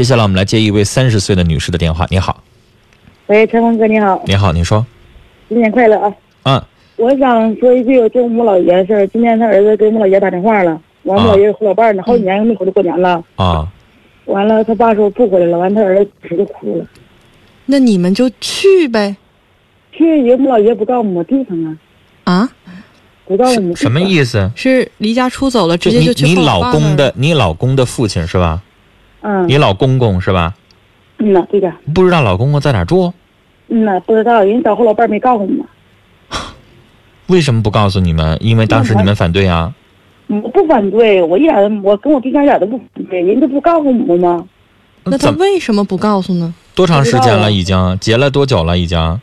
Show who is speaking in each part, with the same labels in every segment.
Speaker 1: 接下来我们来接一位三十岁的女士的电话。你好，
Speaker 2: 喂，陈峰哥你好，
Speaker 1: 你好，你说，
Speaker 2: 新年快乐啊！
Speaker 1: 嗯，
Speaker 2: 我想说一句，我跟我们老爷的事儿。今天他儿子给我们老爷打电话了，完我们
Speaker 1: 啊
Speaker 2: 老爷和老伴儿呢，好几年没回来过年了。
Speaker 1: 啊，
Speaker 2: 完了，他爸说不回来了，完他儿子当时就哭了。
Speaker 3: 那你们就去呗
Speaker 2: 去爷们老爷不告诉我地方啊，
Speaker 3: 啊？
Speaker 2: 不告诉我们地方
Speaker 1: 什么意思？
Speaker 3: 是离家出走了，直接
Speaker 1: 你
Speaker 3: 就去
Speaker 1: 你
Speaker 3: 后
Speaker 1: 老
Speaker 3: 爸那
Speaker 1: 公
Speaker 3: 儿
Speaker 1: 的你老公的父亲是吧？
Speaker 2: 嗯
Speaker 1: 你老公公是吧？
Speaker 2: 嗯呐，对的，
Speaker 1: 不知道老公公在哪儿住？
Speaker 2: 嗯呐，不知道，人找后老伴儿没告诉我们，
Speaker 1: 为什么不告诉你们？因为当时你们反对啊。
Speaker 2: 我不反对，我一点我跟我对象一点都不反对，人家不告诉我们吗？
Speaker 3: 那他
Speaker 1: 怎么
Speaker 3: 为什么不告诉呢？
Speaker 1: 多长时间
Speaker 2: 不知道
Speaker 1: 了？
Speaker 2: 啊
Speaker 1: 已经结了多久了？已经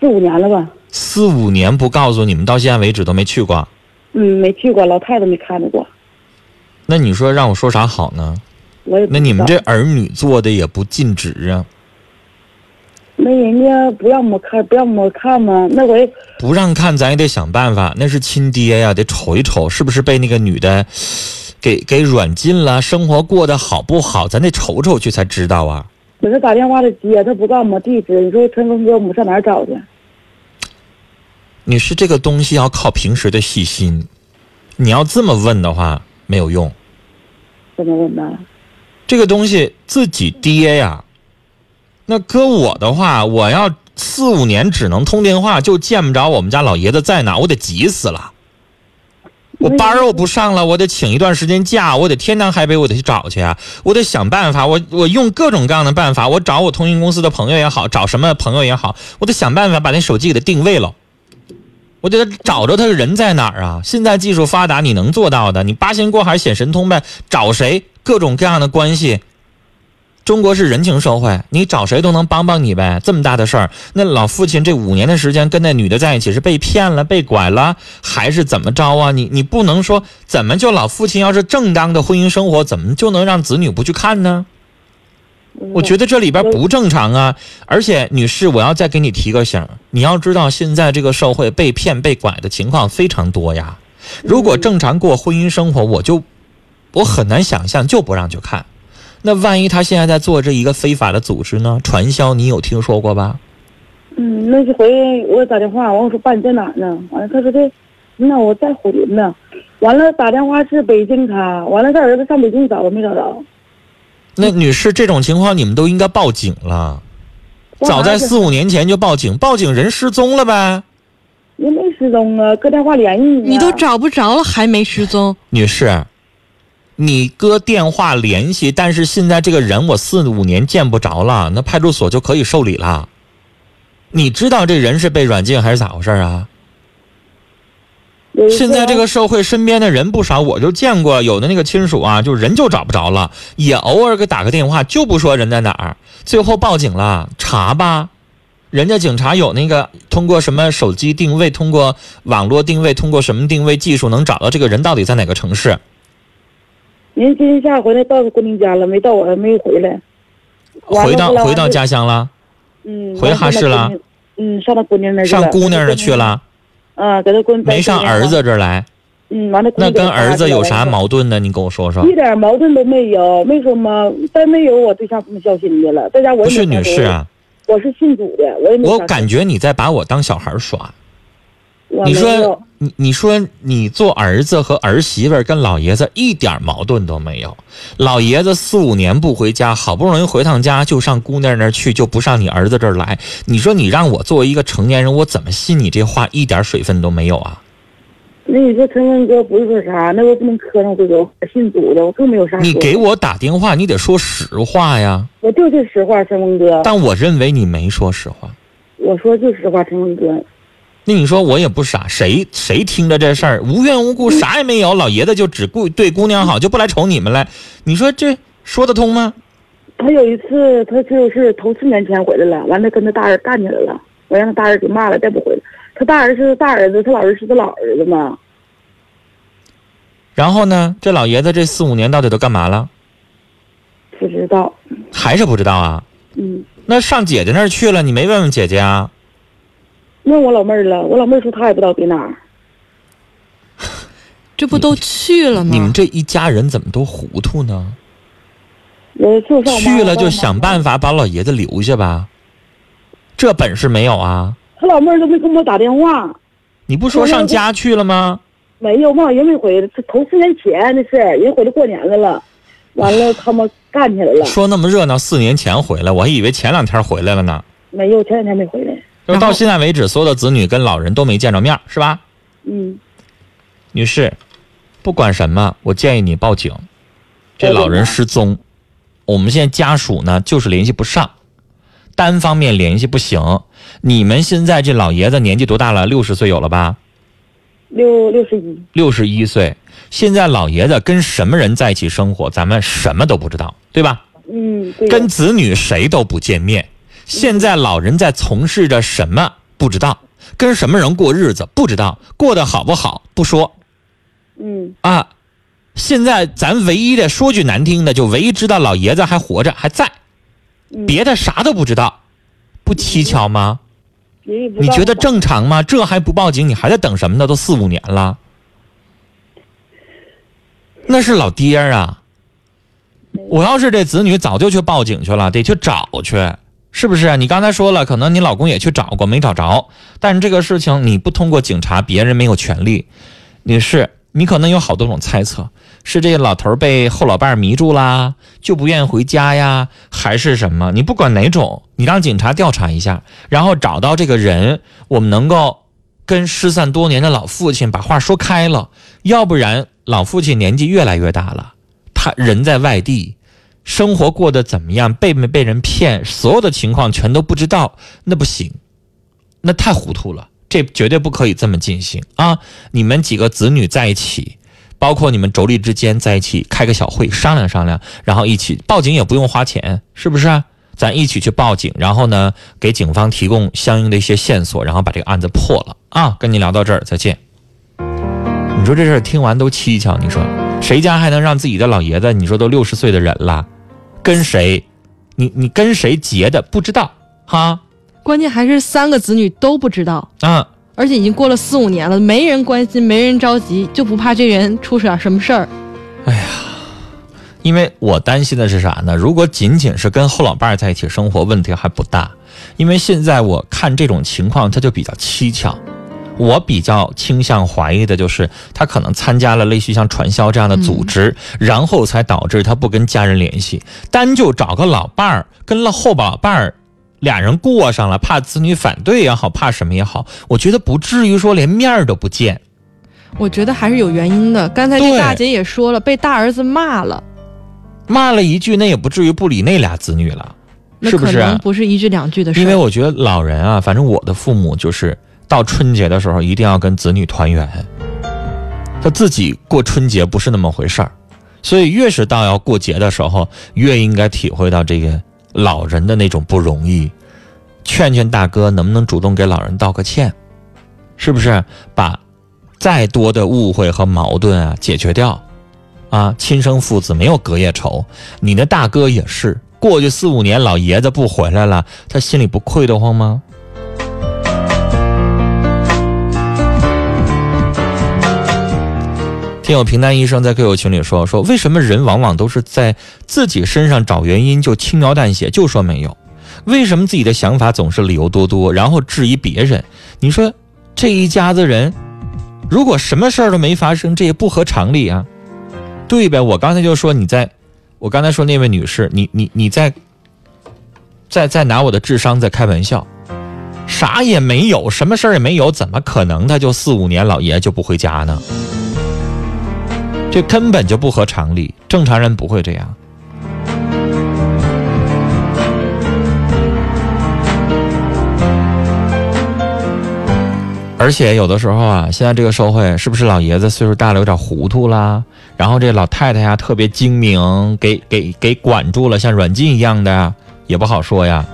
Speaker 2: 四五年了吧，
Speaker 1: 四五年不告诉你们，到现在为止都没去过。
Speaker 2: 嗯，没去过，老太太没看着过，
Speaker 1: 那你说让我说啥好呢？
Speaker 2: 我也不
Speaker 1: 那你们
Speaker 2: 知
Speaker 1: 这
Speaker 2: 道
Speaker 1: 儿女做的也不尽职啊，
Speaker 2: 那人家不让我们看，不让我们看吗？那我也
Speaker 1: 不让看咱也得想办法。那是亲爹呀、得瞅一瞅是不是被那个女的给给软禁了，生活过得好不好，咱得瞅瞅去才知道啊。
Speaker 2: 我是打电话的接，他不告诉我们地址，你说陈峰哥，我们上哪儿找去？
Speaker 1: 女士，这个东西要靠平时的细心，你要这么问的话没有用。
Speaker 2: 怎么问呢？
Speaker 1: 这个东西自己爹呀。那搁我的话，我要四五年只能通电话，就见不着我们家老爷子在哪，我得急死了。我班儿我不上了，我得请一段时间假，我得天南海北我得去找去啊，我得想办法，我我用各种各样的办法，我找我通讯公司的朋友也好，找什么朋友也好，我得想办法把那手机给他定位了，我得找着他人在哪儿啊！现在技术发达，你能做到的，你八仙过海显神通呗，找谁各种各样的关系。中国是人情社会，你找谁都能帮帮你呗。这么大的事儿，那老父亲这五年的时间跟那女的在一起，是被骗了、被拐了，还是怎么着啊？你你不能说怎么就老父亲要是正当的婚姻生活，怎么就能让子女不去看呢？我觉
Speaker 2: 得
Speaker 1: 得这里边不正常啊！而且，女士，我要再给你提个醒儿，你要知道，现在这个社会被骗、被拐的情况非常多呀。如果正常过婚姻生活，我就我很难想象就不让去看。那万一他现在在做这一个非法的组织呢？传销，你有听说过吧？
Speaker 2: 嗯，那回我打电话，完我说爸你在哪儿呢？完了他说这，那我在虎林呢。完了打电话是北京他，完了他儿子上北京找我没找着。
Speaker 1: 那女士，这种情况你们都应该报警了，早在
Speaker 2: 哎
Speaker 1: 四五年前就报警，报警人失踪了呗。
Speaker 2: 人没失踪啊，搁电话联系你、啊。
Speaker 3: 你都找不着了，还没失踪，
Speaker 1: 女士，你搁电话联系，但是现在这个人我四五年见不着了，那派出所就可以受理了。你知道这人是被软禁还是咋回事儿啊？
Speaker 2: 有一次啊
Speaker 1: 现在这个社会身边的人不少，我就见过有的那个亲属啊，就人就找不着了，也偶尔给打个电话，就不说人在哪儿，最后报警了，查吧。人家警察有那个通过什么手机定位、通过网络定位、通过什么定位技术能找到这个人到底在哪个城市。
Speaker 2: 人今天下午回来到桂林家了，没到我没回来。完了
Speaker 1: 回到
Speaker 2: 后来
Speaker 1: 回
Speaker 2: 完
Speaker 1: 到
Speaker 2: 就
Speaker 1: 家乡了，
Speaker 2: 嗯，
Speaker 1: 回哈市了。
Speaker 2: 嗯，上他姑娘那儿去了
Speaker 1: 上姑娘那儿去。了，
Speaker 2: 啊，给他姑娘
Speaker 1: 没上儿。子这儿来。
Speaker 2: 嗯，完了姑
Speaker 1: 那
Speaker 2: 娘给
Speaker 1: 跟
Speaker 2: 他
Speaker 1: 儿子有啥
Speaker 2: 发了
Speaker 1: 矛盾呢？你跟我说说
Speaker 2: 一。点矛盾都没有，没什么，但没有我对象这么孝心的了。在家我
Speaker 1: 不
Speaker 2: 也
Speaker 1: 是
Speaker 2: 没
Speaker 1: 女
Speaker 2: 啥
Speaker 1: 士
Speaker 2: 责任，
Speaker 1: 啊，
Speaker 2: 我是信主的，我也没啥
Speaker 1: 我
Speaker 2: 责任
Speaker 1: 感觉你在把我当小孩儿耍。
Speaker 2: 我
Speaker 1: 你
Speaker 2: 没
Speaker 1: 说
Speaker 2: 有
Speaker 1: 你你说你做儿子和儿媳妇儿跟老爷子一点矛盾都没有，老爷子四五年不回家，好不容易回趟家就上姑娘那儿去，就不上你儿子这儿来。你说你让我作为一个成年人，我怎么信你这话一点水分都没有啊？
Speaker 2: 那你说陈文哥不是说啥，那我不能磕碜这个，我信主的，我更没有啥说的。
Speaker 1: 你给我打电话，你得说实话呀。
Speaker 2: 我就这实话，陈文哥，
Speaker 1: 但我认为你没说实话。
Speaker 2: 我说就实话，陈文哥，
Speaker 1: 那你说我也不傻，谁谁听着这事儿无缘无故啥也没有，老爷子就只顾对姑娘好，就不来瞅你们来，你说这说得通吗？
Speaker 2: 他有一次他就是头四年前回来了，完了跟他大儿干起来了，我让他大儿给骂了，再不回来。他大儿是大儿子，他老儿是他老儿子嘛。
Speaker 1: 然后呢，这老爷子这四五年到底都干嘛了？
Speaker 2: 不知道，
Speaker 1: 还是不知道啊？
Speaker 2: 嗯，
Speaker 1: 那上姐姐那儿去了，你没问问姐姐啊？
Speaker 2: 问我老妹儿了，我老妹儿说她也不知道给哪儿。
Speaker 3: 这不都去了吗？嗯啊
Speaker 1: 你们这一家人怎么都糊涂呢？
Speaker 2: 我就上
Speaker 1: 去了就想办法把老爷子留下吧。这本事没有啊？
Speaker 2: 他老妹儿都没跟我打电话，
Speaker 1: 你不说上家去了吗？
Speaker 2: 没有嘛，人没回来，这头四年前的事儿，人回来过年来了，完了他们干起来
Speaker 3: 嗯
Speaker 2: 了，
Speaker 1: 说那么热闹，四年前回来，我还以为前两天回来了呢。
Speaker 2: 没有，前两天没回来，
Speaker 1: 就
Speaker 3: 然后
Speaker 1: 到现在为止，所有的子女跟老人都没见着面儿，是吧？
Speaker 2: 嗯，
Speaker 1: 女士，不管什么，我建议你报警。这老人失踪，我们现在家属呢就是联系不上，单方面联系不行。你们现在这老爷子年纪多大了？六十岁有了吧？
Speaker 2: 六六十一，
Speaker 1: 六十一岁。现在老爷子跟什么人在一起生活，咱们什么都不知道，对吧？
Speaker 2: 嗯，对，
Speaker 1: 跟子女谁都不见面。现在老人在从事着什么不知道，跟什么人过日子不知道，过得好不好不说
Speaker 2: 嗯
Speaker 1: 啊。现在咱唯一的说句难听的，就唯一知道老爷子还活着还在，
Speaker 2: 嗯，
Speaker 1: 别的啥都不知道，不蹊跷吗？
Speaker 2: 人也不
Speaker 1: 你
Speaker 2: 告诉
Speaker 1: 觉得
Speaker 2: 他
Speaker 1: 正常吗？这还不报警，你还在等什么呢？都四五年了，那是老爹儿啊！我要是这子女，早就去报警去了，得去找去，是不是？你刚才说了，可能你老公也去找过，没找着。但是这个事情你不通过警察，别人没有权利。女士，你可能有好多种猜测，是这老头儿被后老伴儿迷住啦，就不愿意回家呀，还是什么？你不管哪种，你让警察调查一下，然后找到这个人，我们能够跟失散多年的老父亲把话说开了，要不然老父亲年纪越来越大了，他人在外地。生活过得怎么样？被没被人骗？所有的情况全都不知道，那不行，那太糊涂了，这绝对不可以这么进行啊！你们几个子女在一起，包括你们妯娌之间在一起开个小会商量商量，然后一起报警也不用花钱，是不是、啊？咱一起去报警，然后呢，给警方提供相应的一些线索，然后把这个案子破了啊！跟你聊到这儿，再见。你说这事儿听完都蹊跷，你说谁家还能让自己的老爷子，你说都六十岁的人了，跟谁，你你跟谁结的不知道哈？
Speaker 3: 关键还是三个子女都不知道，
Speaker 1: 啊，
Speaker 3: 而且已经过了四五年了，没人关心，没人着急，就不怕这人出点什么事儿。
Speaker 1: 因为我担心的是啥呢？如果仅仅是跟后老伴儿在一起生活，问题还不大。因为现在我看这种情况，它就比较蹊跷。我比较倾向怀疑的就是，他可能参加了类似于像传销这样的组织，
Speaker 3: 嗯
Speaker 1: 然后才导致他不跟家人联系，单就找个老伴儿跟了后老伴儿。俩人过上了，怕子女反对也好，怕什么也好，我觉得不至于说连面儿都不见。
Speaker 3: 我觉得还是有原因的。刚才这
Speaker 1: 对
Speaker 3: 大姐也说了，被大儿子骂了，
Speaker 1: 骂了一句，那也不至于不理那俩子女了，
Speaker 3: 那
Speaker 1: 是不
Speaker 3: 可
Speaker 1: 是啊？
Speaker 3: 能不是一句两句的事儿。
Speaker 1: 因为我觉得老人啊，反正我的父母就是到春节的时候一定要跟子女团圆，他自己过春节不是那么回事儿，所以越是到要过节的时候，越应该体会到这个老人的那种不容易。劝劝大哥，能不能主动给老人道个歉？是不是把再多的误会和矛盾啊解决掉？啊，亲生父子没有隔夜仇，你的大哥也是。过去四五年，老爷子不回来了，他心里不愧得慌吗？听友平淡医生在 QQ 群里说说，为什么人往往都是在自己身上找原因，就轻描淡写就说没有？为什么自己的想法总是理由多多，然后质疑别人？你说这一家子人，如果什么事儿都没发生，这也不合常理啊，对呗？我刚才就说你在我刚才说那位女士，你你你在在在拿我的智商在开玩笑，啥也没有，什么事儿也没有，怎么可能他就四五年老爷就不回家呢？这根本就不合常理，正常人不会这样。而且有的时候啊，现在这个社会是不是老爷子岁数大了有点糊涂啦？然后这老太太呀特别精明，给给给管住了，像软禁一样的，啊也不好说呀。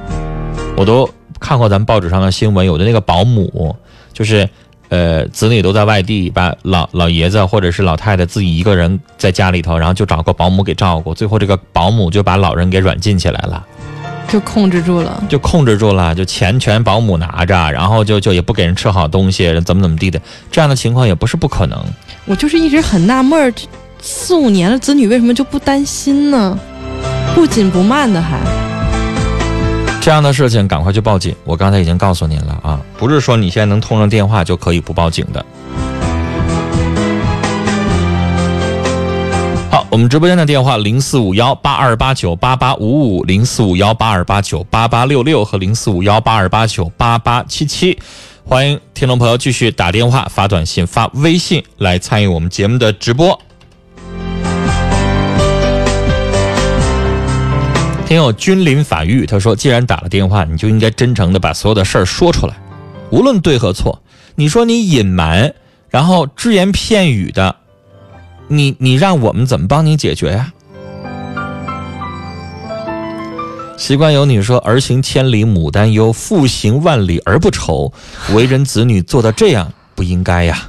Speaker 1: 我都看过咱们报纸上的新闻，有的那个保姆就是。呃，子女都在外地，把老老爷子或者是老太太自己一个人在家里头，然后就找个保姆给照顾，最后这个保姆就把老人给软禁起来了。
Speaker 3: 就控制住了。
Speaker 1: 就控制住了，就钱全保姆拿着，然后就就也不给人吃好东西，怎么怎么地的，这样的情况也不是不可能。
Speaker 3: 我就是一直很纳闷儿，这四五年了，子女为什么就不担心呢？不紧不慢的还。
Speaker 1: 这样的事情赶快去报警。我刚才已经告诉您了啊，不是说你现在能通上电话就可以不报警的。好，我们直播间的电话零四五幺八二八九八八五五、零四五幺八二八九八八六六和零四五幺八二八九八八七七，欢迎听众朋友继续打电话、发短信、发微信来参与我们节目的直播。听友君临法域，他说：“既然打了电话，你就应该真诚的把所有的事儿说出来，无论对和错。你说你隐瞒，然后只言片语的，你你让我们怎么帮你解决呀、习惯有你说：“儿行千里母担忧，父行万里而不愁。为人子女做到这样不应该呀。”